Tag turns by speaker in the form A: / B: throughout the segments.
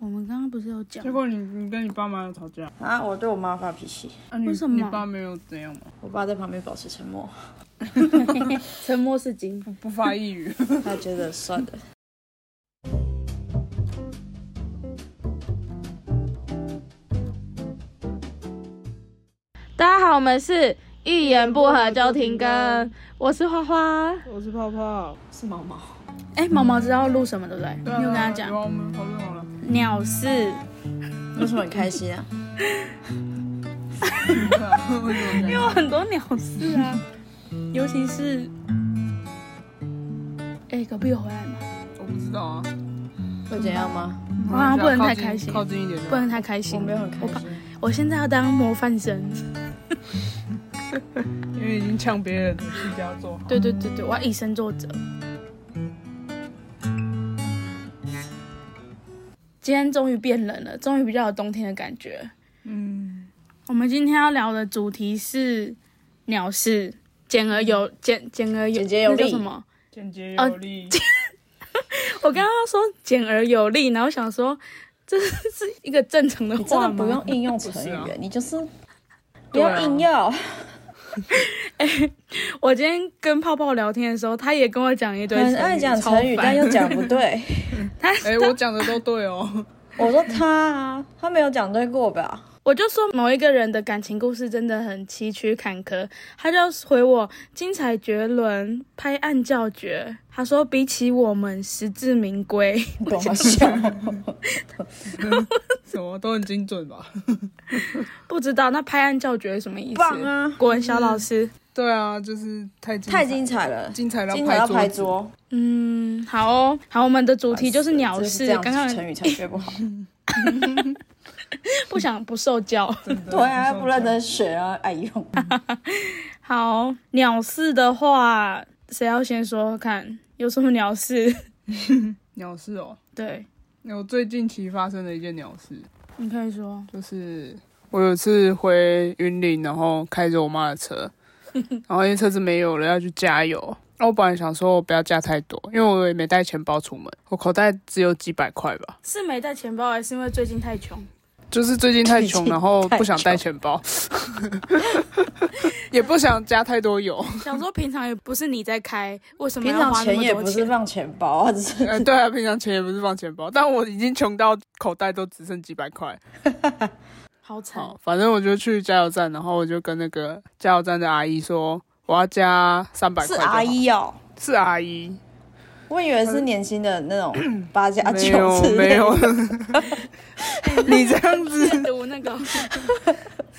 A: 我们刚刚不是有讲
B: 结果你你跟你爸妈有吵架，
C: 啊，我对我妈发脾气，
B: 啊、你
A: 为什么
B: 你爸没有怎样吗？
C: 我爸在旁边保持沉 默，
A: 沉默是金？
B: 不不发一语。
C: 他觉得算了。
A: 大家好，我们是一言不合就停更，我是花花。
B: 我是泡泡，
C: 是毛毛，
A: 哎、毛毛知道录什么对不对？
B: 对啊
A: 你有跟他
B: 有
A: 讲
B: 啊我们讨论 好了。
A: 鸟事，
C: 为什么很开心啊？
B: 对啊为什么这
A: 因
B: 样
A: 为 有很多鸟事啊， 尤其是，哎、隔壁有回来吗？
B: 我不知道啊，
C: 会怎样吗？
A: 我好像不能
B: 靠
A: 太
B: 近
A: 开心
B: 靠近一点就好。
A: 不能太开心，
C: 我没有很开
A: 怕
C: 心，
A: 我现在要当模范生。
B: 因为已经呛别人的事就要做好。
A: 对对对对，我要以身作则。今天终于变冷了，终于比较有冬天的感觉。
B: 嗯，
A: 我们今天要聊的主题是鸟事，简而有简简而有
C: 嗯简洁有力
A: 那叫什么？
B: 简洁
A: 哦
B: 有力。
A: 我刚刚说简而有力，然后想说这是 是一个正常的
C: 你真
A: 话
C: 的
A: 吗？
C: 不用应用成
B: 不是啊
C: 语，欸你就是不
B: 对啊
C: 要硬要。
A: 我今天跟泡泡聊天的时候，他也跟我讲一堆成
C: 很
A: 语，
C: 爱讲
A: 超
C: 成语，
A: 烦
C: 但又讲不 对。
A: 他
B: 哎、我讲的都对哦。
C: 我说他啊，他没有讲对过吧？
A: 我就说某一个人的感情故事真的很崎岖坎坷，他就回我精彩绝伦，拍案叫绝。他说比起我们实至名归，
C: 你懂吗？笑，
B: 什么都很精准吧？
A: 不知道那拍案叫绝是什么意思？
C: 棒啊！
A: 国文小老师，
B: 对啊，就是太精
C: 太精彩了，
B: 精彩到
C: 精彩到拍
B: 拍子。
C: 桌。
A: 嗯，好哦，好，我们的主题就是鸟
C: 这是
A: 事
C: 这，样
A: 刚刚
C: 成语才学 不好。
A: 不想不受 教。
C: 对啊，不认真学啊，爱用。
A: 好，鸟事的话，谁要先说说看有什么鸟事？
B: 鸟事哦，
A: 对，
B: 我最近期发生的一件鸟事，
A: 你可以说。
B: 就是我有一次回云林，然后开着我妈的 车，然后因为车子没有了，要去加油。然后我本来想说我不要加太多，因为我也没带钱包出门，我口袋只有几百块吧。
A: 是没带钱包，还是因为最近太穷？
B: 就是最近太穷，
C: 最近
B: 然后不想带钱包， 也不想加太多油。
A: 想说平常也不是你在开，为什么
C: 平
A: 要
C: 常
A: 花那
C: 钱
A: 么
C: 也
A: 多
C: 不是
A: 钱？
C: 放钱包啊，只是
B: 呃，对啊，平常钱也不是放钱包，但我已经穷到口袋都只剩几百块。
A: 好 惨，
B: 好，反正我就去加油站，然后我就跟那个加油站的阿姨说，我要加三百块。
C: 是阿，姨哦。
B: 是阿姨，
C: 我以为是年轻的那种八加
B: 没
C: 九
B: 有
C: 之类
B: 没
C: 的
B: 有，你这样子，
A: 阅读那 个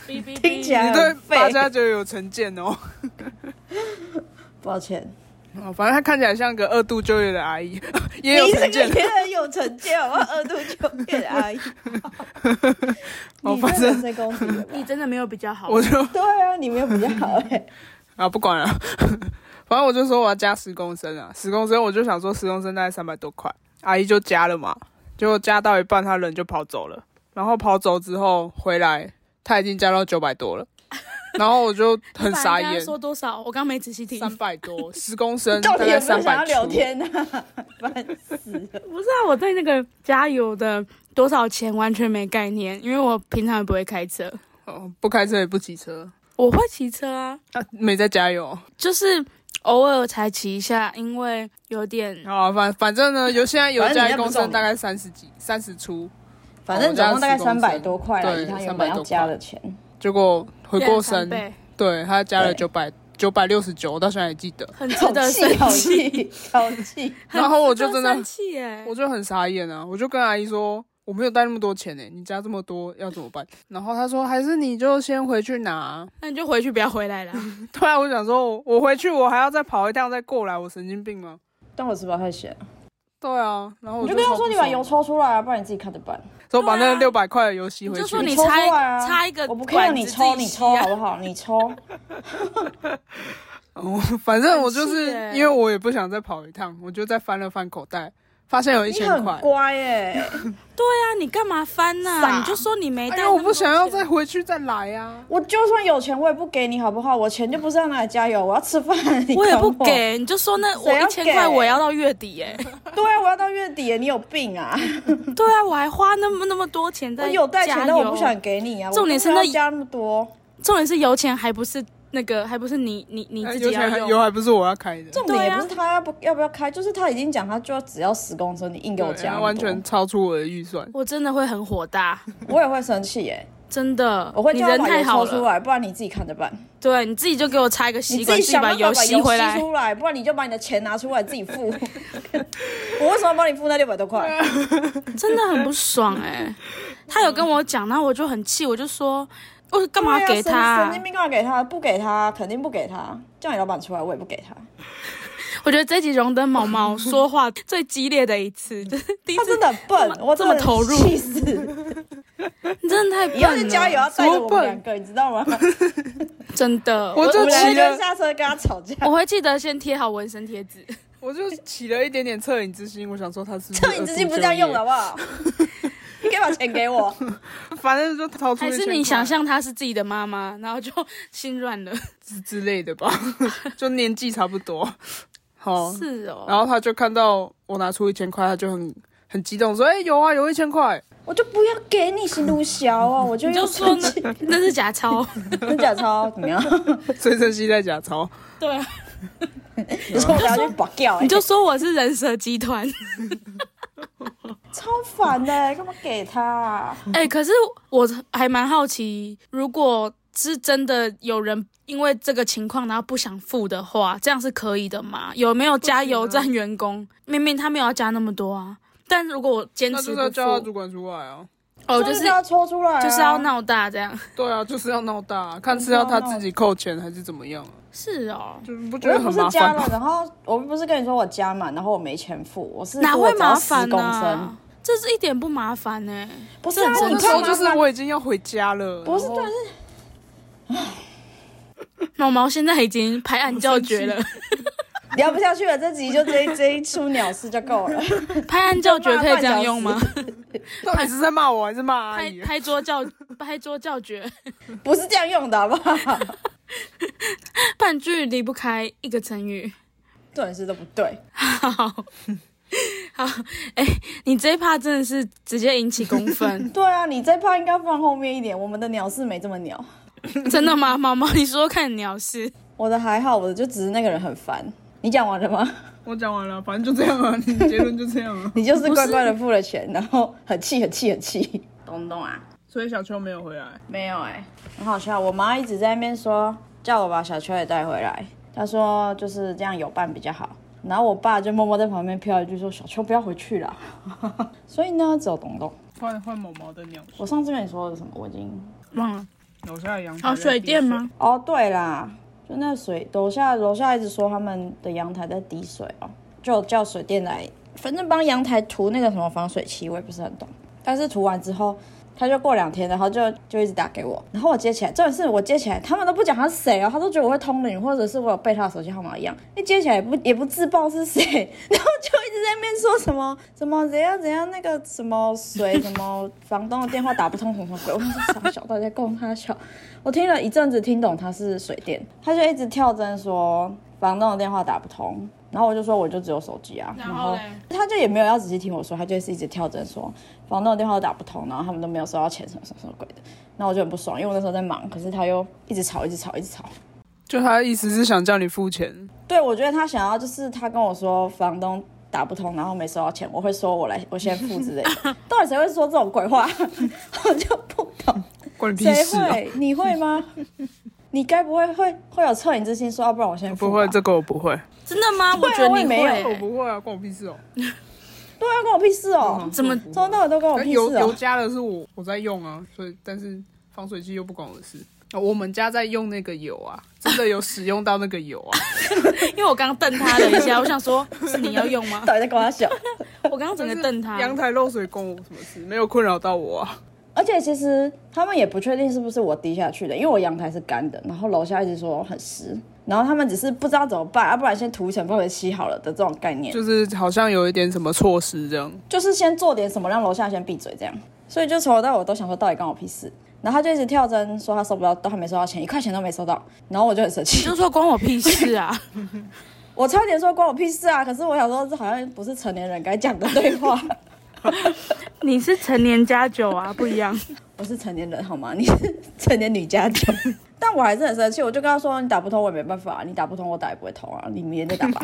A: 哔哔
C: 听起来
B: 你对
C: 很废
B: 八加九有成见哦。
C: 抱歉，
B: 哦反正她看起来像个二度就业的阿姨， 也有
C: 你
B: 成
C: 这
B: 见
C: 个。也很有成就，我要二度就业的阿姨。
B: 哦
C: 你
B: 反
C: 这
B: 正
C: 人身攻击了吧
A: 你真的没有比较好。
B: 我就
C: 对啊，你没有比较好哎、
B: 啊，不管了， 反正我就说我要加十公升啊，十公升我就想说十公升大概三百多块，阿姨就加了嘛，结果加到一半，她人就跑走了，然后跑走之后回来，她已经加到九百 多了，然后我就很傻
A: 你把人
B: 眼
A: 家，说多少？我刚没仔细听。
B: 三百多十公升，
C: 到
B: 大
C: 底
B: 概
C: 有没有
B: 三
C: 想
B: 百
C: 要聊
B: 出，
C: 天呢、啊？烦死了！
A: 不是啊，我对那个加油的多少钱完全没概念，因为我平常也不会开车。
B: 哦，不开车也不骑车，
A: 我会骑车啊，
B: 啊，没在加油，
A: 就是偶尔才骑一下，因为有点
B: 好啊，反反正呢，有现在油
C: 反正
B: 加
C: 人
B: 一
C: 家不
B: 公升
C: 送你
B: 大概三十几，三十出，
C: 反正总共大概
B: 我家
C: 三
B: 10
C: 百多块啦，
B: 对
C: 以他原本要加的钱。
B: 结果回过
A: 三
B: 神，
A: 倍，
B: 对她加了
C: 对
B: 九百九百六十九，我到现在还记得。
A: 很值
C: 好
A: 得
C: 气，
A: 生
C: 好
A: 气，
C: 气，好气！
A: 很
B: 然后我就
A: 值得
B: 真的
A: 生气耶
B: 我。就很傻眼啊！我就跟阿姨说，我没有带那么多钱呢、你加这么多要怎么办？然后她说，还是你就先回去拿。
A: 那你就回去不要回来了。
B: 突然我想说，我我回去我还要再跑一趟再过来，我神经病吗？
C: 但我吃不太咸，
B: 对啊，然后我
C: 你就跟他
B: 超
C: 说
B: 不
C: 你把
B: 爽
C: 油，抽出来啊，不然你自己看着办。
B: 说把那
A: 对
B: 六
A: 啊
B: 百块的油吸回
A: 你就
B: 去
A: 说。你
C: 抽出
A: 插一
C: 来啊，
A: 插一个
C: 我不看你抽，
A: 管子自
C: 你
A: 己吸啊
C: 抽好不好？你抽，
B: 哦，反正我就
A: 很气
B: 是
A: 耶
B: 因为我也不想再跑一趟，我就再翻了翻口袋，发现有一
C: 你
B: 千
C: 很
B: 块，
C: 乖哎，
A: 对啊，你干嘛翻呐、
C: 傻
A: 你就说你没带、
B: 哎呀，我不想要再。回去再来啊！
C: 我就算有钱我也不给你好不好？我钱就不是要拿来加油，我要吃饭。你
A: 我也
C: 管
A: 不。给，你就说那我
C: 谁要
A: 一千块
C: 给
A: 我也要到月底 耶、
C: 对啊，我要到月底耶，你有病啊！
A: 对啊，我还花那么那么多钱在
C: 我有带钱，
A: 加
C: 但我
A: 油
C: 不想给你啊。
A: 重点是那
C: 我不要加那么多，
A: 重点是油钱还不是那个，还不是你你你
B: 哎
A: 自
B: 油
A: 己
B: 钱还
A: 要
B: 油
A: 用。
B: 还不是我要开的，
C: 重点也
A: 对啊
C: 不是他要不要不要开，就是他已经讲他就要只要十公升，你硬给我
B: 对
C: 加那
B: 啊
C: 么多，
B: 完全超出我的预算。
A: 我真的会很火大，
C: 我也会生气耶，
A: 真的。
C: 我会
A: 你
C: 叫他
A: 人
C: 把
A: 太
C: 油
A: 好
C: 抽出
A: 了，
C: 来，不然你自己看着办。
A: 对，你自己就给我插一个吸
C: 你
A: 管，
C: 自
A: 自
C: 己
A: 己
C: 想
A: 把
C: 办法把
A: 吸回来。
C: 出来，不然你就把你的钱拿出来自己付。 我为什么要帮你付那六百多块？
A: 真的很不爽哎、他有跟我讲，然后我就很气，我就说，我干嘛
C: 对啊
A: 给他、
C: 神神经病干嘛给他？不给他，肯定不给他。叫你老板出来，我也不给他。
A: 我觉得这集荣登毛毛说话最激烈的一次，就是第一
C: 他
A: 次
C: 真，的很笨，我真的
A: 这么投入
C: 气死！
A: 你真的太笨
C: 以后就
A: 了，
C: 加油要带着我
B: 多笨
C: 们两个，你知道吗？
A: 真的，
B: 我
A: 我
B: 就
C: 我们两
B: 骑
C: 个就会
B: 了，
C: 下车跟他吵架。
A: 我会记得先贴好纹身贴纸，
B: 我就起了一点点恻隐之心，我想说他是
C: 趁你自己不这样用的好，不好？ 你可以把钱给我，
B: 反正就超出
A: 还
B: 一千
A: 是
B: 块
A: 你想象她是自己的妈妈，然后就心软了，
B: 之之类的吧， 就年纪差不多。好，
A: 是哦，
B: 然后他就看到我拿出一千块，他就很很激动说：“哎、有啊，有一千块。
C: 我就不要给你行路小啊！我就
A: 你就
C: 要
A: 说
C: 生
A: 那
C: 气。
A: 那是假钞，
C: 那假钞怎么 样？”
B: 所以珍惜在假钞，
A: 对啊，
C: 你说我要去绑掉、欸，
A: 你就说我是人蛇集团，
C: 超烦的、干嘛给他、啊？
A: 哎、可是我还蛮好奇，如果是真的有人因为这个情况然后不想付的话，这样是可以的吗？有没有加油站员工？ 明明他没有要加那么多啊，但如果我坚
B: 那
A: 持
B: 就是
A: 不
B: 要叫他
A: 付，
B: 主管出来啊。
A: 哦，
C: 就
A: 就是
C: 是要抽出来、啊，
A: 就是要。闹大这样，
B: 对啊，就是要闹大、看是要他自己扣钱还是怎么样、啊，
A: 是哦，
B: 就是不觉
C: 我又
B: 得
C: 不
B: 很
C: 是
B: 麻
C: 加
B: 烦
C: 了
B: 吗？，
C: 然后我不是跟你说我加满，然后我没钱付，我是
A: 哪
C: 说我
A: 会
C: 只要
A: 麻
C: 10
A: 烦啊呢、
C: 公升，
A: 这是一点不麻烦欸呢、
C: 不是啊，
A: 这很
C: 你
B: 那时
A: 正
C: 看
B: 候
A: 常
C: 嘛
B: 就是我已经要回家了，
C: 不是，
B: 然后
C: 但是
A: 毛毛现在已经拍案叫绝了，
C: 聊不下去了，这集就这一 这一出鸟事就够了。
A: 拍案叫绝可以这样用吗？
B: 到底是在骂我还是骂阿
A: 拍
B: 姨？啊
A: 拍桌叫拍桌叫绝，
C: 不是这样用的，好不好？
A: 半句离不开一个成语。
C: 重点是都不对，
A: 好，好，哎、你这一趴真的是直接引起公 愤，
C: 对啊，你这趴应该放后面一点，我们的鸟事没这么鸟。
A: 真的吗？毛毛，你说说看你鸟事，
C: 我的还好，我的就只是那个人很烦。你讲完了吗？
B: 我讲完了，反正就这样啊， 你结论就这样啊。
C: 你就是乖乖的付了钱，然后很气很气很气，懂不懂啊？
B: 所以小秋没有回来，
C: 没有哎、很好笑。我妈一直在那边说，叫我把小秋也带回来。她说就是这样有伴比较好。然后我爸就默默在旁边飘一句说：“小秋不要回去啦。” 所以呢，只有东东。
B: 换换毛毛的鸟事。
C: 我上次跟你说的什么？我已经
A: 忘了。
B: 楼下的阳台
A: 哦，
B: 在
A: 水
B: 滴
A: 电吗？
C: 哦，对啦，就那水楼下楼下一直说他们的阳台在滴水哦，就叫水电来，反正帮阳台涂那个什么防水漆，我也不是很懂。但是涂完之后，他就过两天，然后就就一直打给我，然后我接起来，重点是我接起来，他们都不讲他是谁哦，他都觉得我会通灵，或者是我有背他的手机号码一样，一接起来也不也不自报是谁，然后就一直在那边说什么什么怎样怎样那个什么谁什么房东的电话打不通什么什么鬼，我说傻小到底在供他小，我听了一阵子，听懂他是水电，他就一直跳针说房东的电话打不通，然后我就说我就只有手机啊，
A: 然后嘞
C: 他就也没有要仔细听我说，他就是一直跳针说房东的电话都打不通，然后他们都没有收到钱什么什么什么鬼的，那我就很不爽，因为我那时候在忙，可是他又一直吵一直吵一直吵。
B: 就他的意思是想叫你付钱，
C: 对，我觉得他想要就是他跟我说房东打不通，然后没收到钱，我会说我来我先付之类 的。到底谁会说这种 鬼话？我就不懂，
B: 关你屁
C: 谁
B: 事啊！
C: 会？你会 吗？你该不会会会有恻隐之心说，啊要不然我先付吧？
B: 不会，这个我不会，
A: 真的吗？我
C: 啊
A: 觉得
C: 我
A: 你会、
C: 也没有
B: 我
A: 欸
B: 不会啊，关我屁事哦。
C: 对啊，关我屁事哦！
A: 怎么
B: 我不会
C: 从头到尾都关我
B: 可是
C: 屁
B: 油
C: 事
B: 油
C: 哦！
B: 加的是我我在用啊，所以但是防水机又不关我的事。哦我们家在用那个油啊，真的有使用到那个油啊。
A: 因为我刚刚瞪他了一下，我想说，是你要用 吗？
C: 到底在跟我笑？
A: 我刚刚整个瞪他。
B: 阳台漏水关我什么事？没有困扰到我啊。
C: 而且其实他们也不确定是不是我滴下去的，因为我阳台是干的，然后楼下一直说很湿，然后他们只是不知道怎么办，啊要、不然先涂一层漂流漆好了的这种概念，
B: 就是好像有一点什么措施这样。
C: 就是先做点什么让楼下先闭嘴这样。所以就从头到尾我都想说，到底关我屁事。然后他就一直跳针说他收不到，都还没收到钱，一块钱都没收到。然后我就很生
A: 你
C: 气
A: 就，说关我屁事啊！
C: 我差点说关我屁事啊！可是我想说，这好像不是成年人该讲的对话。
A: 你是成年加酒啊，不一样。
C: 我是成年人好吗？你是 成年女家长， 但我还是很生气，我就跟他说：“你打不通我也没办法，你打不通我打也不会通啊，你明天再打吧。”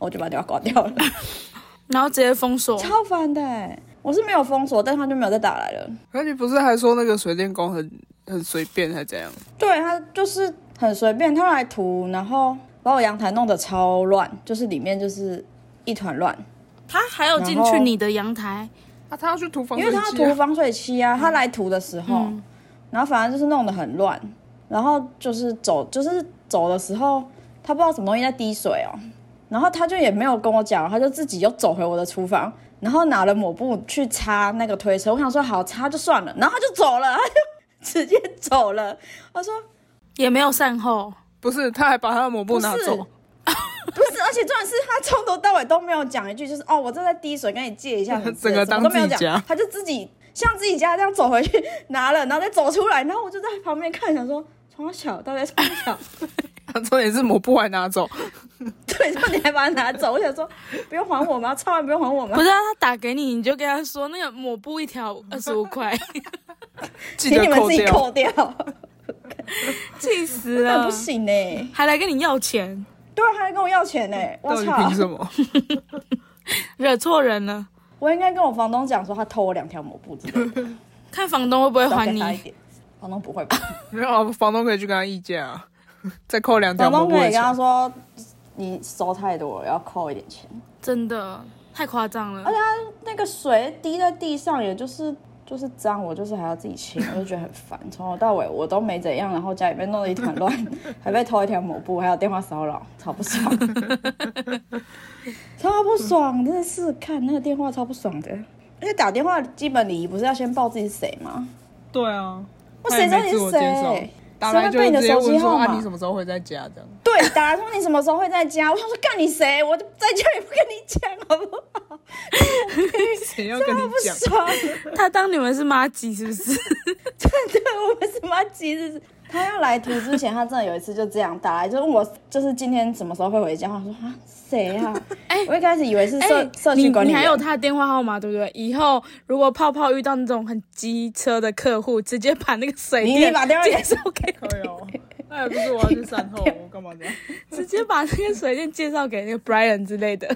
C: 我就把电话挂掉了，
A: 然后直接封锁，
C: 超烦的、欸。我是没有封锁，但他就没有再打来了。
B: 可是你不是还说那个水电工很很随便还怎样？
C: 对他就是很随便，他来涂，然后把我阳台弄得超乱，就是里面就是一团乱，
A: 他还有进
C: 然后
A: 去你的阳台，
B: 啊，他要去涂防
C: 因为
B: 水机、
C: 他涂防水漆啊，他来涂的时候，
A: 嗯
C: 然后反正就是弄得很乱，然后就是走，就是走的时候，他不知道什么东西在滴水哦，然后他就也没有跟我讲，他就自己又走回我的厨房，然后拿了抹布去擦那个推车，我想说好擦就算了，然后他就走了，他就直接走了，我说
A: 也没有善后，
B: 不是，他还把他的抹布
C: 啊不是
B: 拿走。
C: 不是，而且重点是他从头到尾都没有讲一句，就是哦，我正在滴水，跟你借 一下什么之类
B: 整个
C: 的，
B: 当
C: 什么都没有
B: 自己家
C: 讲，他就自己像自己家这样走回去拿了，然后再走出来，然后我就在旁边看，想说从小到底在从 小，
B: 重点是抹布还拿走，
C: 对，然后你还把它拿走，我想说不用还我吗？超完不用还我吗
A: 不？是、啊、他打给你，你就跟他说那个抹布一条二十五块，
B: 记
C: 请
B: 得
C: 你们
B: 扣
C: 自己
B: 掉。嗯
C: 扣 掉，
A: 气死
C: 真的
A: 了，
C: 不，行呢、
A: 还来跟你要钱，
C: 对，啊他还跟我要钱呢、 我
B: 到底
C: 操
B: 凭！什么？
A: 惹错人了，
C: 我应该跟我房东讲说他偷我两条抹布之 类的，
A: 看房东会不会
C: 少
A: 还
C: 给
A: 你
C: 他一点。房东不会吧？
B: 没有啊，房东可以去跟他议价、啊， 再扣 两条抹
C: 房东
B: 布
C: 可以
B: 的
C: 跟他
B: 钱。
C: 说你收太多了，要扣一点钱。
A: 真的太夸张了，
C: 那个水滴在地上，也就是就是脏，我就是还要自己清，我就觉得很烦。从头到尾我都没怎样，然后家里被弄得一团乱，还被偷一条抹布，还有电话骚扰，超 不爽，超不爽，真的是看那个电话超不爽的。而且打电话基本礼仪不是要先报自己是谁吗？
B: 对啊，
C: 我
B: 他也
C: 谁知道
B: 没
C: 你
B: 自
C: 是
B: 我介绍
C: 谁？
B: 打来就直接
C: 谁会背
B: 问
C: 你的手机
B: 说
C: 号码
B: 啊，你什么时候回在家这样？
C: 对，打来说你什么时候会在家？我想说干你谁？我就在家也不跟你讲，好不好？
B: 谁要跟你
C: 超不
B: 讲？
C: 爽。
A: 他当你们是妈鸡是不 是？
C: 对，我们什么急着他要来图之前，他真的有一次就这样打来，就问我就是今天什么时候会回家。我说啊，谁啊？
A: 哎
C: 我一开始以为是社、社
A: 你
C: 区管理
A: 你还有
C: 员，
A: 他的电话号码对不对？以后如果泡泡遇到那种很机车的客户，直接把那个水
C: 你
A: 电
C: 你把电话给
A: 介绍给，
B: 可以哦，那也不是我要去善后，我干嘛这样？
A: 直接把那个水电介绍给那个 Brian 之类 的。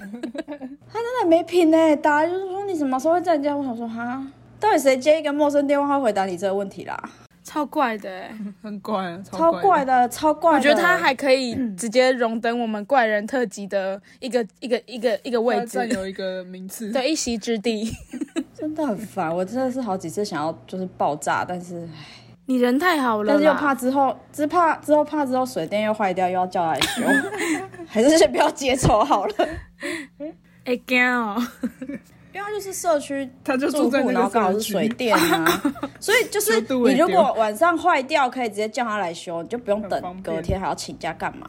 C: 他真的没品哎、打来就是说你什么时候会在家？我想说哈，到底谁接一个陌生电话会回答你这个问题啦？
A: 超怪的、欸，
C: 嗯
B: 很怪啊，
C: 超怪
B: 的。
C: 的，超怪的。
A: 哦我觉得他还可以直接荣登我们怪人特辑的一个一个一个一个位
C: 啊
B: 他占
A: 置，
B: 有一个名次，
A: 对一席之 地。
C: 真的很烦，我真的是好几次想要就是爆炸，但是
A: 你人太好了啦，
C: 但是又怕之后，只怕之后怕之后水电又坏掉，又要叫他来修， 还是先不要接手好了。
A: 哎干哦，
C: 因为它就是社区
B: 他就
C: 住
B: 住在
C: 户，
B: 那
C: 然后
B: 个
C: 刚好是
B: 社
C: 水
B: 区。
C: 电啊，所以就是
B: 修度也
C: 你如
B: 丢
C: 果晚上坏掉，可以直接叫他来修，你就不用
B: 很方
C: 等
B: 便
C: 隔天还要请假干嘛，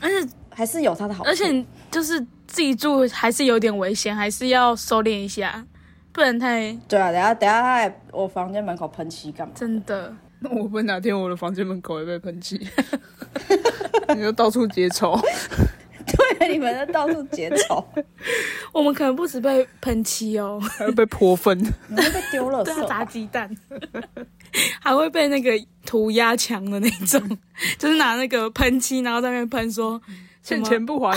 A: 而且
C: 还是有他的好处。
A: 而且就是自己住还是有点危险，还是要收敛一下，不然太
C: 对啊，等下等下他来我房间门口喷漆干嘛？
A: 真的。
B: 那我不会哪天我的房间门口也被喷 漆，你就到处结仇。
C: 对，你们在到处结仇，
A: 我们可能不止被喷漆哦，
B: 还会被泼粪，
C: 你们会被丢垃
A: 对
C: 圾
A: 啊，砸
C: 吧。
A: 鸡蛋，还会被那个涂鸦墙的那种， 就是拿那个喷漆，然后在那边喷说什
B: 欠
A: 么
B: 钱不还，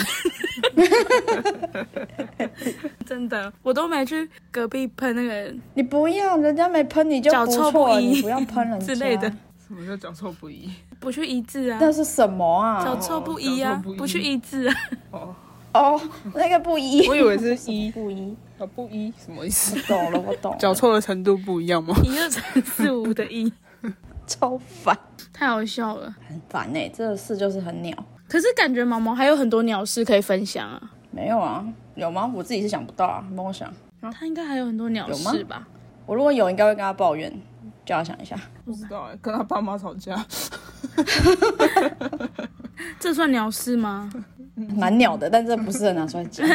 A: 真的，我都没去隔壁喷那个
C: 你不要，人家没喷你就
A: 脚
C: 不
A: 臭
C: 错
A: 不
C: 了，
A: 一
C: 你不要喷人 家
A: 之类的，
B: 什么叫脚臭不一？
A: 不去一致啊，
C: 那是什么
A: 脚
C: 啊？
A: 臭不一
B: 脚
A: 啊
B: 臭不，一
A: 不去一 致啊，
B: 哦，
C: 哦，那个不一，
B: 我以为是一，
C: 不一，
B: 啊不一什么意思？
C: 我懂了，我懂了，
B: 脚臭的程度不一样吗？
A: 一二三四五的一，
C: 超烦，
A: 太好笑了。
C: 很烦哎、这个事就是很鸟。
A: 可是感觉毛毛还有很多鸟事可以分享啊，
C: 没有啊，有吗？我自己是想不到啊，你帮我想。
A: 他应该还有很多鸟事吧？
C: 我如果有，应该会跟他抱怨，
B: 欸
C: 叫他想一下。
B: 不知道哎、跟他爸妈吵架，
A: 这算鸟事吗？
C: 蛮鸟的，但这不是很拿出来讲。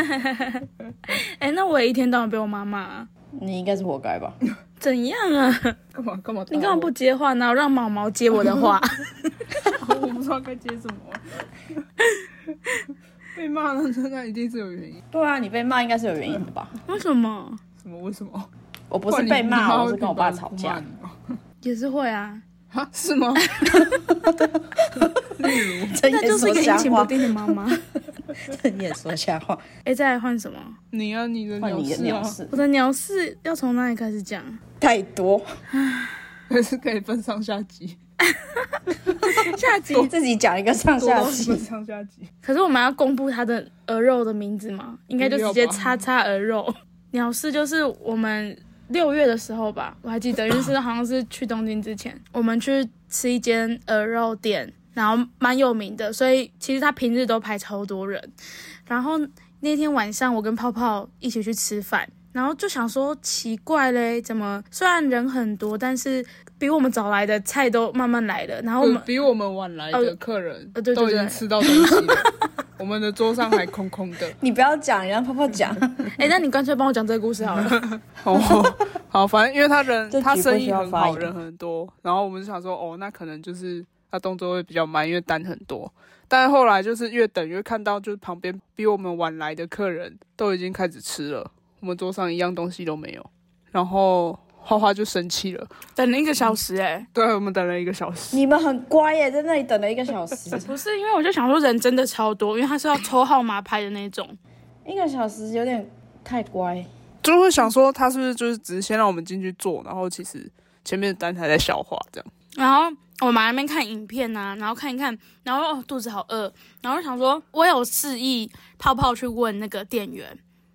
A: 哎、那我也一天到晚被我妈骂、
C: 你应该是活该吧？
A: 怎样啊？
B: 干嘛干嘛？
A: 你干
C: 哦
A: 嘛不？接话呢？让毛毛接我的话。
B: 我不知道该接什么。被骂了，那一定是有原因。
C: 对啊，你被骂应该是有原因的吧？
A: 为什么？
B: 什么？为什么？
C: 我不
B: 不
C: 是
B: 然你
C: 被
B: 你妈
C: 骂，
B: 会
C: 我是跟我爸吵
B: 骂
C: 架
B: 你。吗
A: 也是会啊，
B: 啊？是吗？
C: 睁
A: 那就是
C: 眼
A: 一
C: 说
A: 个阴
C: 瞎
A: 晴不
C: 话，
A: 定的妈妈。
C: 睁眼说瞎话，
A: 哎、再来换什么？
B: 你啊，你的
C: 换
B: 鸟
C: 你的
B: 事
C: 鸟
B: 啊，
C: 事
A: 我的鸟事要从哪里开始 讲？
C: 太多，
B: 还是 可以分上下集，
A: 下集。
C: 自己讲一个上
B: 多
C: 下
B: 到分
C: 集。
B: 上下集。
A: 可是我们要公布它的鹅肉的名字吗？应该就直接叉叉鹅肉。 鸟事就是我们六月的时候吧，我还记得，因为是好像是去东京之前， 我们去吃一间鹅肉店，然后蛮有名的，所以其实它平日都排超多人。然后那天晚上，我跟泡泡一起去吃饭。然后就想说奇怪嘞，怎么虽然人很多，但是比我们早来的菜都慢慢来了，然后我
B: 我
A: 们
B: 比我们晚来的
A: 哦
B: 客人
A: 呃对对
B: 都已
A: 对
B: 经吃到东西 了，我们的桌上还空空的。
C: 你不要讲，你让泡泡讲。
A: 哎，那你干脆帮我讲这个故事好了。
B: 哦，好，反正因为他人
C: 这局
B: 他生
C: 不需
B: 意
C: 要
B: 很
C: 发
B: 好，
C: 言
B: 人很多，然后我们就想说，哦，那可能就是他动作会比较慢，因为单很多。但是后来就是越等越看到，就是旁边比我们晚来的客人都已经开始吃了，我们桌上一样东西都没有。然后花花就生气了，
A: 等了一个小时哎、
B: 对我们等了一个小时，
C: 你们很乖耶，在那里等了一个小时，
A: 不是因为我就想说人真的超多，因为他是要抽号码牌的那种，
C: 一个小时有点太乖。
B: 就会想说他是不是就是只是先让我们进去坐，然后其实前面的单还在消化这样。
A: 然后。我们还在那边看影片呐、啊，然后看一看，然后、哦、肚子好饿，然后想说，我有示意泡泡去问那个店员，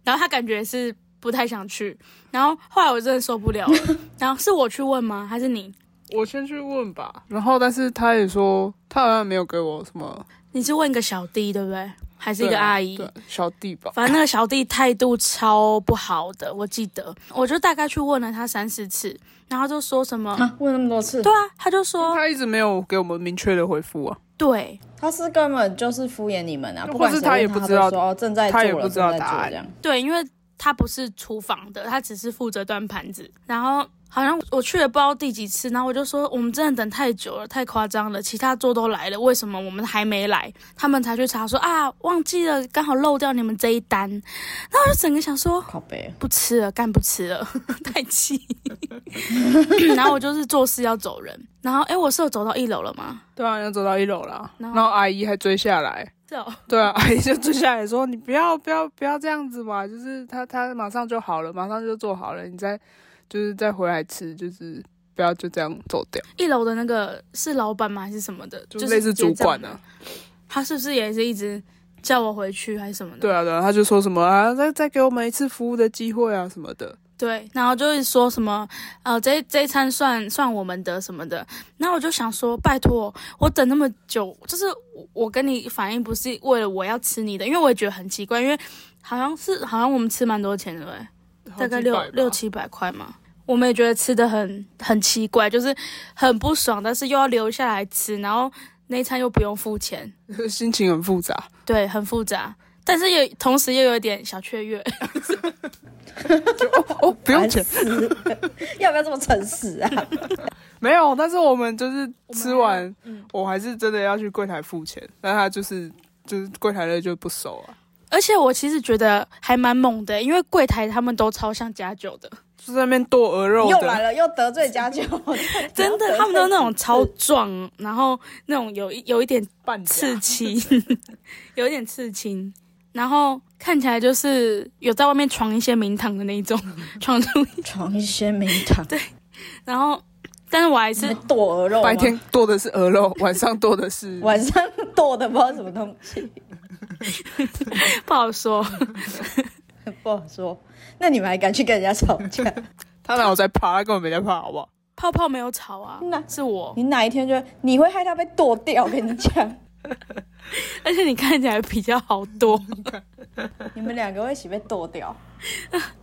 A: 然后他感觉是不太想去，然后后来我真的受不了 了，然后是我去问吗？还是你？
B: 我先去问吧，然后但是他也说他好像没有给我什么，
A: 你是问一个小弟对不对？还是一
B: 对
A: 个
B: 啊
A: 阿姨？
B: 对小弟吧，
A: 反正那个小弟态度超不好的，我记得，我就大概去问了他三四次，然后他就说什么，
C: 啊，问那么多次
A: 对，啊，他就说
B: 他一直没有给我们明确的回复啊，
A: 对
C: 他是根本就是敷衍你们啊，
B: 或
C: 不管
B: 是
C: 谁
B: 他
C: 问
B: 也
C: 他
B: 不知道
C: 都说哦正在做
B: 他
C: 了，
B: 也不知道
C: 正在
B: 答
C: 做
B: 案
C: 这样。
A: 对，因为他不是厨房的，他只是负责端盘子。然后好像我去了不知道第几次，然后我就说我们真的等太久了，太夸张了，其他桌都来了，为什么我们还没来？他们才去查说啊，忘记了，刚好漏掉你们这一单。然后我就整个想说，
C: 靠背，
A: 不吃了，干不吃了， 太气。然后我就是做事要走人，然后哎，我是有走到一楼了吗？
B: 对啊，要走到一楼啦，
A: 然
B: 然
A: 后
B: 后阿姨还追下来，
A: 是哦，
B: 对啊， 阿姨就追下来说你不要不要不要这样子嘛，就是他他马上就好了，马上就做好了，你再就是再回来吃，就是不要就这样走掉，
A: 一楼的那个是老板吗？还是什么的？
B: 就是类似主管
A: 结账
B: 啊
A: 的，他是不是也是一直叫我回去还是什么的？
B: 对啊对啊，他就说什么啊，再再给我们一次服务的机会啊什么的，
A: 对，然后就是说什么，呃，这这一餐算算我们的什么的。然后我就想说，拜托，我等那么久，就是我我跟你反应不是为了我要吃你的，因为我也觉得很奇怪，因为好像是好像我们吃蛮多钱的，对不对
B: 好
A: 大概
B: 几
A: 六
B: 百吧
A: 六七百块嘛。我们也觉得吃的很很奇怪，就是很不爽，但是又要留下来吃，然后那一餐又不用付钱，
B: 心情很复 杂，
A: 对，很复杂，但是也同时又有一点小雀跃。
B: 哦， 不用钱，
C: 烦死了，要不要这么诚实啊？
B: 没有，但是我们就是吃完，
A: 嗯
B: 我还是真的要去柜台付钱，但他就是就是柜台的就不收啊，
A: 而且我其实觉得还蛮猛的，因为柜台他们都超像假酒的，
B: 就在那边剁鹅肉
C: 又来
B: 的，
C: 了，又得罪家酒，啊
A: 真的，他们都那种超壮，然后那种有一有一点
B: 半价
A: 刺青， 有一点刺青，然后看起来就是有在外面闯一些名堂的那一种， 闯出，
C: 闯一些名堂，对，
A: 然后但是我还是
C: 剁鹅肉吗，
B: 白天剁的是鹅肉，啊 晚上剁的是
C: 晚上剁的不知道什么东西，
A: 不好说，
C: 不好说。那你们还敢去跟人家吵架？
B: 他哪有在怕？他根本没在怕，好 不好？
A: 泡泡没有吵啊
C: 那，
A: 是我，
C: 你哪一天就你会害他被剁掉？我跟你讲，
A: 而且你看起来比较好多，
C: 你们两个会一起被剁掉。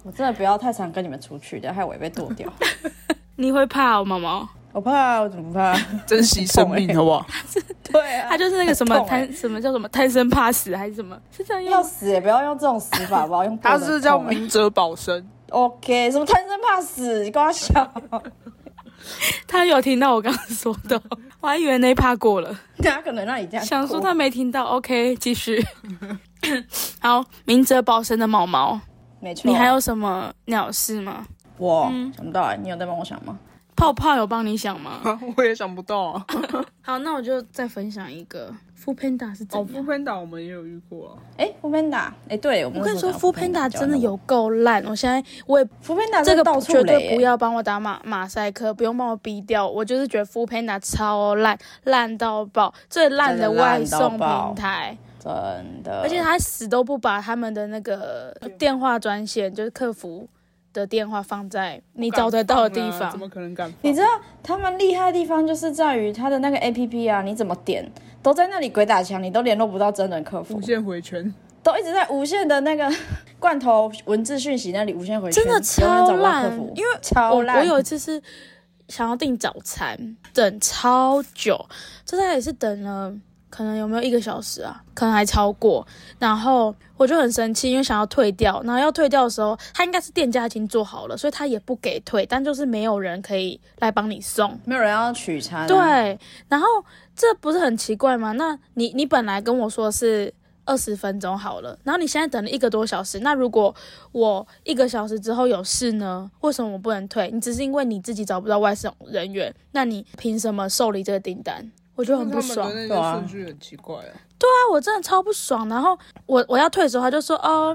C: 我真的不要太常跟你们出去，等下害我也被剁掉。
A: 你会怕哦，毛毛。
C: 我怕啊，我怎么怕？
B: 珍惜生命，好 不欸好？
C: 对啊
A: 他就是那个什么
C: 很痛欸
A: 贪什么叫什么贪生怕死还是什么？是这样
C: 要
A: 用？
C: 死也不要用这种死法，不要用
B: 他
C: 剁
B: 是
C: 的
B: 叫
C: 痛欸
B: 明哲保身，
C: OK，什么贪生怕死，跟 我笑。
A: 他有听到我刚刚说 的哦，我还以为那一趴过了，
C: 他可能让你这样
A: 想说他
C: 哭
A: 没听到。OK，继 续。好，明哲保身的毛
C: 哦
A: 毛，
C: 没错，
A: 你还有嗯什么鸟事吗？
C: 我、想不到哎、你有在帮我想吗？
A: 泡泡有帮你想 吗？
B: 我也想不到啊。
A: 好，那我就再分享一个。Food Panda 是怎
B: 哦，
A: 样？
B: 富喷 岛我们也有遇过啊。
C: 哎、欸、，Foodpanda，哎、对我们
A: 我跟你说
C: 福
A: ，Food Panda 真的有够烂。我现在我也
C: ，Foodpanda
A: 这
C: 真
A: 个
C: 的到处
A: 绝
C: 雷、
A: 对
C: 欸，
A: 不要帮我打马马赛克，不用帮我逼掉。我就是觉得 Food Panda 超烂，烂到爆，最烂的外送
C: 真的烂到爆
A: 平台，
C: 真的，
A: 而且他死都不把他们的那个电话专线，就是客服的电话放在你找得到的地
B: 敢放啊怎
A: 方。
B: 么可能敢放？
C: 你知道他们厉害的地方就是在于他的那个 APP 啊，你怎么点都在那里鬼打墙，你都联络不到真人客服
B: 无，
A: 嗯
B: 限回圈，
C: 都一直在无限的那个 罐头文字讯息那里无限回圈，
A: 真的超
C: 永远找不到
A: 烂
C: 客服，
A: 因为
C: 超
A: 我
C: 烂。
A: 我有一次是想要订早餐，等超久，这大概也是等了可能有没有一个小时啊，可能还超过。然后我就很生气，因为想要退掉，然后要退掉的时候，他应该是店家已经做好了，所以他也不给退，但就是没有人可以来帮你送。
C: 没有人要取餐、啊，
A: 对，然后这不是很奇怪吗？那你你本来跟我说是二十分钟好了，然后你现在等了一个多小时，那如果我一个小时之后有事呢？为什么我不能退？你只是因为你自己找不到外送人员，那你凭什么受理这个订单？我就很不爽。
B: 他们的
C: 对
B: 那
C: 啊
B: 些顺序很奇怪啊。
A: 啊我真的超不爽。然后我我要退的时候，他就说哦，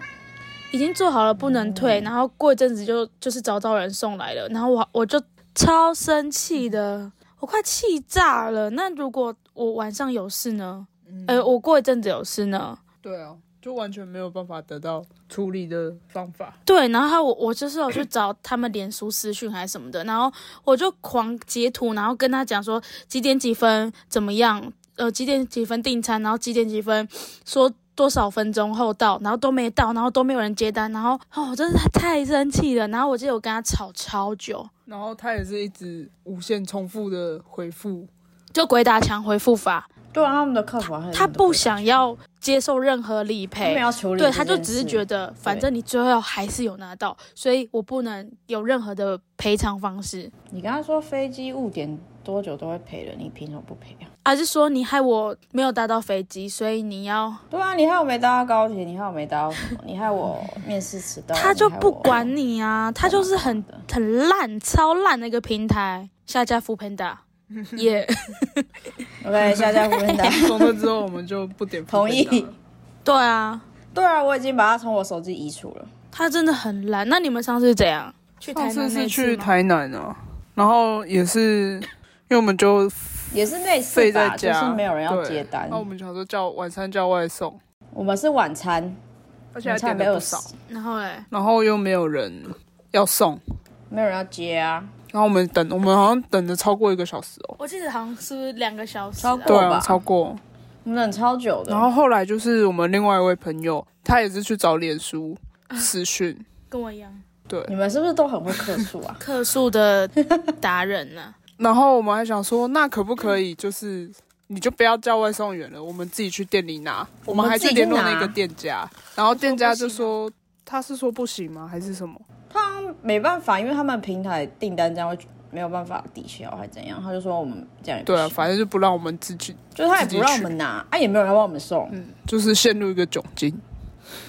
A: 已经做好了，不能退。然后过一阵子就就是找到人送来了，然后我我就超生气的，我快气炸了。那如果我晚上有事呢？呃，我过一阵子有事呢？
B: 对啊，就完全没有办法得到处理的方法。
A: 对，然后我我就是 有去找他们脸书私讯还是什么的，然后我就狂截图，然后跟他讲说几点几分怎么样，呃几点几分订餐，然后几点几分说多少分钟后到，然后都没到，然后都没有人接单，然后哦我真的太生气了，然后我记得我跟他吵超久，
B: 然后他也是一直无限重复的回复，
A: 就鬼打墙回复法，
C: 对啊，他们的客服还是
A: 他
C: 很多
A: 不
C: 客服
A: 想要接受任何理
C: 他们
A: 赔。
C: 要处理这
A: 哎对，
C: 件事，
A: 他就只是觉得，反
C: 对
A: 正你最后还是有拿到，所以我不能有任何的赔偿方式。
C: 你跟他说飞机误点多久都会赔的，你凭什么不赔啊？
A: 还是说你害我没有搭到飞机，所以你要
C: 对啊，你害我没搭到高铁，你害我没搭到什么，你害我面试迟 到，
A: 他就
C: 你害
A: 不
C: 我哦
A: 管你啊，他就是很
C: 的
A: 很烂、超烂的一个平台。下架 f o o Panda，也
C: OK，下架不问答，
B: 从那之后我们就不点
C: 同意
B: Foodpanda 了。
A: 对啊，
C: 对啊，我已经把它从我手机移除了。
A: 他真的很烂。那你们上次是怎样？去 台
B: 上次
A: 南
B: 是
A: 那
B: 去
A: 次吗？
B: 台南啊，然后也是因为我们就
C: 也是类
B: 废
C: 似
B: 在
C: 吧，
B: 家，
C: 就是没有人要
B: 对
C: 接单
B: 那。我们想说叫晚餐叫外送，
C: 我们是晚餐，
B: 而且还
C: 晚餐
B: 点
C: 没
B: 了
C: 有
B: 不少，
A: 然后嘞，
B: 然后又没有人要送，
C: 没有人要接啊，
B: 然后我们等，我们好像等了超过一个小时哦。
A: 我记得好像是不是两个小时、啊？
C: 超过
B: 对
C: 够
B: 啊，
C: 吧
B: 超过。
C: 我们等超久的。
B: 然后后来就是我们另外一位朋友，他也是去找脸 书私讯，
A: 跟我一样，？
B: 对，
C: 你们是不是都很会客诉啊
A: 客诉的达人啊呢、
B: 然后我们还想说，那可不可以就是你就不要叫外送员了，我们自己去店里拿。我们还去联络那个店家，然后店家就说他是说不行吗？还是什么？
C: 他没办法，因为他们平台订单这样会没有办法抵消，还怎样？他就说我们这样也不
B: 对啊，
C: 行
B: 反正就不让我们自己，嗯
C: 就是他也
B: 自己
C: 不让我
B: 去
C: 们拿，啊，也没有人要帮我们送，
B: 就是陷入一个窘境。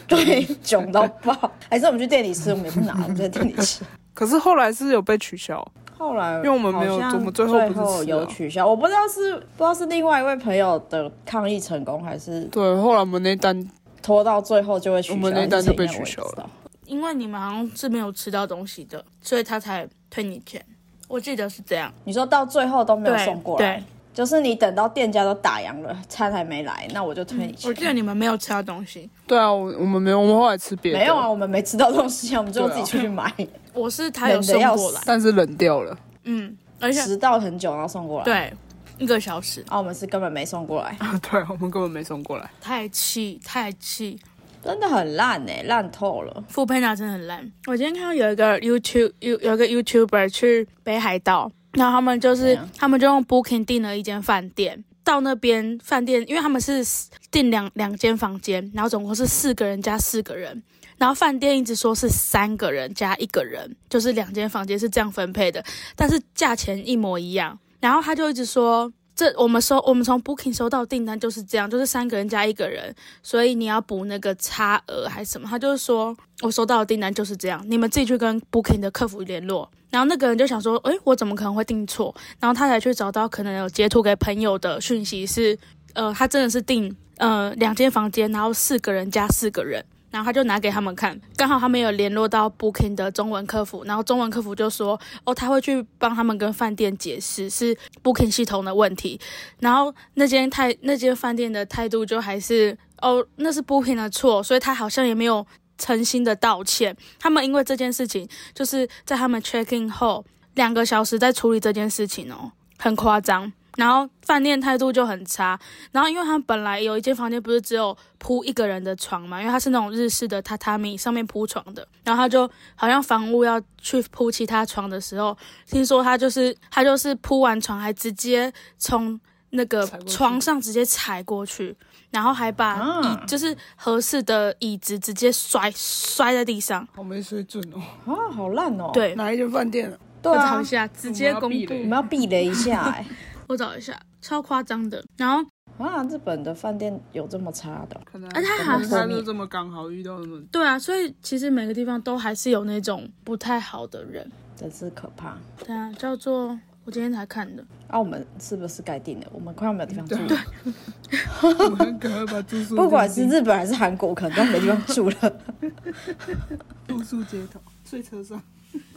C: 对， 囧到爆。还是我们去店里吃，我们也不拿，我们在店里 吃。
B: 可是后来是有被取消，
C: 后来
B: 因为我们没有
C: 好像
B: 我们最后
C: 最
B: 不是吃啊
C: 有取消，我不知道是不知道是另外一位朋友的抗议成功，还是
B: 对，后来我们那单
C: 拖到最后就会取消。
B: 我们那单就被取消了
C: 了。
A: 因为你们好像是没有吃到东西的，所以他才退你钱。我记得是这样，
C: 你说到最后都没有
A: 对
C: 送过来
A: 对，，
C: 就是你等到店家都打烊了，餐还没来，那我就退你钱。
A: 我记得你们没有吃到东西。
B: 对啊，我我们没有，我们后来吃别的，
C: 没有啊，，我们没吃到东西啊，我们最后
B: 对
C: 自
B: 啊
C: 己出去买，
A: 我是他有送
C: 冷得要
A: 过来，
C: 死
B: 但是冷掉了。
A: 嗯，而且
C: 迟到很久然后送过来。，
A: 对一个小时，
C: 啊，我们是根本没送过来，
B: 对，我们根本没送过来。
A: 太气太气，
C: 真的很烂哎、烂透了。
A: 富佩娜真的很烂。我今天看到有一个 YouTube 有有一个 YouTuber 去北海道，然后他们就是、
C: 对啊
A: 他们就用 Booking 订了一间饭店，到那边饭店，因为他们是订两两间房间，然后总共是四个人加四个人，然后饭店一直说是三个人加一个人，就是两间房间是这样分配的，但是价钱一模一样。然后他就一直说，这我们收我们从 Booking 收到订单就是这样，就是三个人加一个人，所以你要补那个差额还是什么？他就是说我收到的订单就是这样，你们自己去跟 Booking 的客服联络。然后那个人就想说，诶，我怎么可能会订错？然后他才去找到可能有截图给朋友的讯息是，呃，他真的是订呃两间房间，然后四个人加四个人。然后他就拿给他们看，刚好他们有联络到 Booking 的中文客服，然后中文客服就说，哦，他会去帮他们跟饭店解释是 Booking 系统的问题，然后那间态那间饭店的态度就还是哦，那是 Booking 的错，所以他好像也没有诚心的道歉。他们因为这件事情，就是在他们 check in 后两个小时在处理这件事情哦，很夸张。然后饭店态度就很差，然后因为他们本来有一间房间不是只有铺一个人的床嘛，因为它是那种日式的榻榻米上面铺床的，然后他就好像房屋要去铺其他床的时候，听说他就是他就是铺完床还直接从那个
B: 踩过去
A: 床上直接踩过去，然后还把椅、
C: 啊
A: 就是合适的椅子直接摔摔在地上，
B: 好没水准哦！
C: 啊，好烂哦。，
A: 对，
B: 哪一间饭店啊？
C: 对
A: 我找
C: 啊
A: 一，下，直接公
B: 我们要避
A: 布
B: 雷
C: 你。们要避雷一下 哎、
A: 我找一下，超夸张的。然后，
C: 啊，日本的饭店有这么差的？
B: 可能
A: 哎他
B: 可
A: 好
B: 能
A: 像
B: 他就这么刚好遇到那么
A: 对啊，所以其实每个地方都还是有那种不太好的人。
C: 真是可怕。
A: 对啊，叫做我今天才看的，
C: 啊，我们是不是该定了？我们快要没有地方住了。
B: 我们赶快把住宿
C: 不管是日本还是韩国，可能都没地方 住了，
B: 住宿街头睡车上，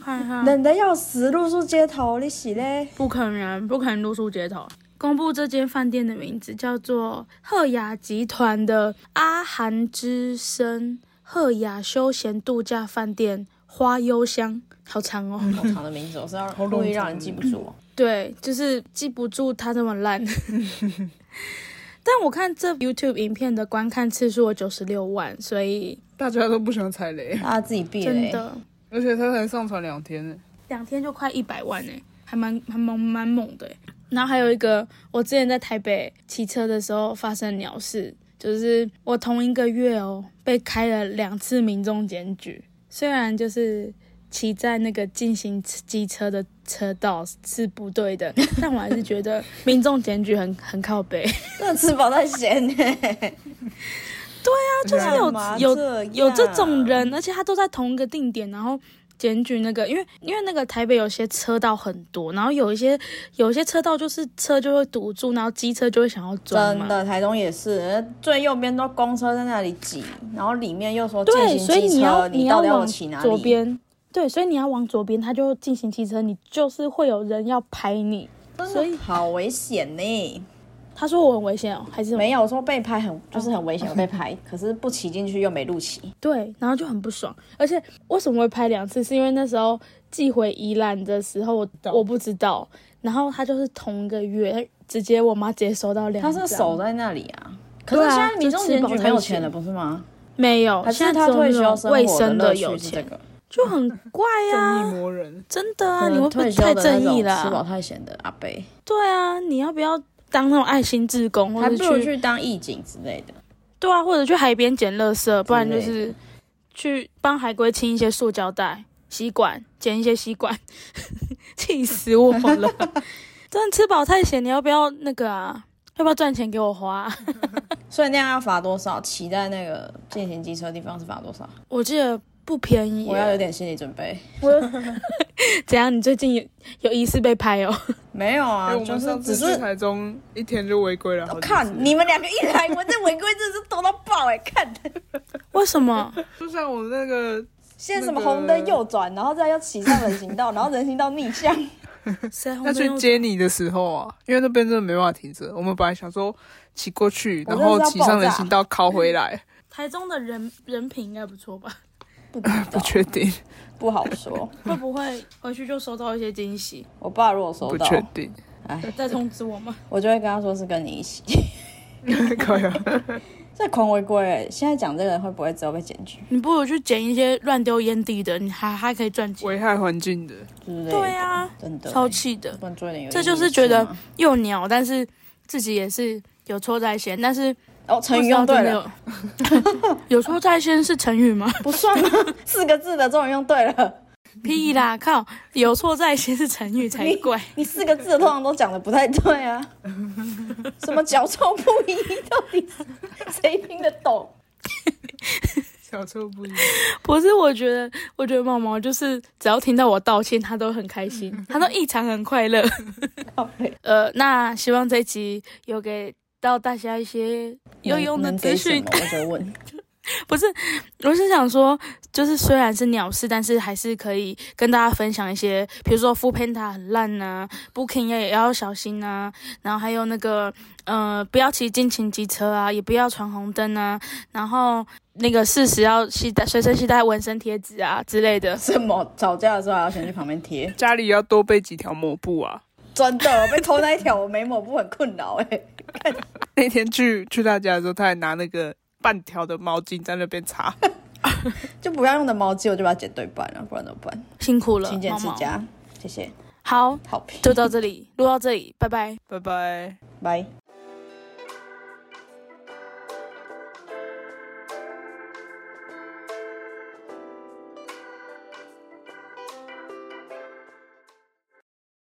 A: 看看
C: 冷的要死，露宿街头，你洗嘞？
A: 不可能，不可能露宿街头。公布这间饭店的名字叫做赫雅集团的阿寒之声赫雅休闲度假饭店花幽香，好长哦。
C: 好长的名字，我是要故意让人记不住哦。
A: 对，就是记不住它这么烂。 但我看这 YouTube 影片的观看次数有九十六万，所以
B: 大家都不喜欢踩雷，
C: 大家啊自己避
A: 真
C: 雷。
A: 的
B: 而且他才上传两天呢。
A: 两天就快一百万呢、欸还蛮还蛮蛮猛的欸、然后还有一个，我之前在台北骑车的时候发生鸟事，就是我同一个月哦被开了两次民众检举，虽然就是骑在那个进行机车的车道是不对的， 但我还是觉得民众检举很很靠北。
C: 那吃饱 太闲呢，
B: 就是
A: 有
C: 干嘛
A: 有
C: 样
A: 有这种，人，而且他都在同一个定点，然后检举那个，因为因为那个台北有些车道很多，然后有一些有一些车道就是车就会堵住，然后机车就会想要钻
C: 真
A: 嘛。
C: 的，台东也是，最右边都公车在那里挤，然后里面又说
A: 对，
C: 进
A: 所
C: 行
A: 以
C: 机
A: 你
C: 车，
A: 要
C: 你
A: 要
C: 到底要我
A: 往
C: 骑哪
A: 左
C: 里？
A: 边，对，所以你要往左边，他就进行汽车，你就是会有人要拍你。
C: 所
A: 所
C: 以
A: 以
C: 好危险呢。
A: 他说我很危险哦，还是
C: 没有我说被拍
A: 嗯
C: 很就是很危险，我被拍， 可是不骑进去又没路骑。
A: 对，然后就很不爽。而且为什么会拍两次？是因为那时候寄回宜兰的时候，我我不知道。然后他就是同一个月，直接我妈直接收到两
C: 他
A: 张。
C: 是守在那里啊。可
A: 对
C: 是
A: 啊
C: 现在民众
A: 就吃
C: 检举
A: 饱
C: 没有
A: 太
C: 钱
A: 闲
C: 了，不是吗？
A: 没有，
C: 还
A: 现
C: 是
A: 在
C: 他
A: 只有
C: 退休
A: 那
C: 生
A: 种
C: 活
A: 卫
C: 的
A: 生
C: 乐
A: 有
C: 趣是这
A: 钱，
C: 个？
A: 就很怪
B: 正义
A: 啊！
B: 魔人，
A: 真的啊，
C: 可
A: 你会
C: 能
A: 不会
C: 退休
A: 太
C: 的那
A: 正
C: 种
A: 义
C: 吃饱
A: 了？啊
C: 太闲的阿贝，
A: 对啊，你要不要当那种爱心志工，或
C: 还
A: 者
C: 不如去当义警之类的。
A: 对啊，或者去海边捡垃圾，不然就
C: 之类
A: 是去帮海龟清一些塑胶袋、吸管，捡一些吸管， 气死我了！ 真的吃饱太闲，你要不要那个啊？要不要赚钱给我花啊、
C: 所以那样要罚多少？骑在那个进行机车的地方是罚多少？
A: 我记得不便宜耶。
C: 我要有点心理准备。
A: 怎样？你最近有有疑似被拍哦？
C: 没有
B: 哎、
C: 啊，
B: 我
C: 就
B: 们
C: 是
B: 上
C: 只
B: 次去
C: 是
B: 台中一天就违规了好几次，
C: 看你们两个一来，我这违规真是多到爆哎、看看
A: 为什么？
B: 就像我们那个
C: 先
B: 那
C: 什么
B: 个
C: 红灯右转，然后再要骑上人行道，然后人行道逆向。
A: 谁红
B: 他去
A: 灯
B: 接你的时候啊，因为那边真的没办法停车，我们本来想说骑过去，然后骑上人行道靠回来，
A: 台中的人人品应该不错吧？
C: 不知
B: 不
C: 道，
B: 确定，
C: 不好说。
A: 会不会回去就收到一些惊喜？
C: 我爸如果收
B: 不
C: 到，
B: 确定，
A: 再通知我们？
C: 我就会跟他说是跟你一起。
B: 可以啊，
C: 这狂违规欸，现在讲这个会不会之后被检举
A: 你不如去捡一些乱丢烟蒂的，你还还可以赚钱。
B: 危害环境的，
C: 之类的？
A: 对啊，
C: 真的欸
A: 超气的。
C: 不能做一点有意义
A: 这
C: 的事吗，
A: 就是觉得又鸟，但是自己也是有错在先，但是
C: 哦，成语用对了，
A: 不知道真的有 有错在先是成语 吗？
C: 不算吗？四个字的终于用对了，
A: 屁啦，靠，有错在先是成语才 怪。
C: 你四个字的通常都讲的不太对啊，什么脚臭不一，到底是谁听得懂？
B: 小臭不一。
A: 不是，我觉得，我觉得毛毛就是只要听到我道歉，他都很开心，
C: 嗯
A: 他都异常很快乐。
C: 靠北
A: 呃，那希望这一集有给到大家一些有用的
C: 能
A: 资讯
C: 能。给什么我就问，
A: 不是，我是想说，就是虽然是鸟事，但是还是可以跟大家分享一些，比如说 f o o Panda 很烂呐、Booking 也也要小心呐、然后还有那个呃，不要骑尽情机车啊，也不要闯红灯啊，然后那个适时要携带随身携带纹身贴纸啊之类的。
C: 什么吵架的时候还要先去旁边贴，
B: 家里要多备几条抹布啊！
C: 真的被偷那一条我眉毛不很困扰哎、
B: 那天去去他家的时候，他还拿那个半条的毛巾在那边擦。
C: 就不要用的毛巾我就把它剪对半了、不然怎么办？
A: 辛苦了，
C: 勤俭
A: 毛
C: 持
A: 毛。
C: 家，谢谢，
A: 好，
C: 好评，
A: 就到这里，录到这里，拜拜。
B: 拜拜。
C: 拜。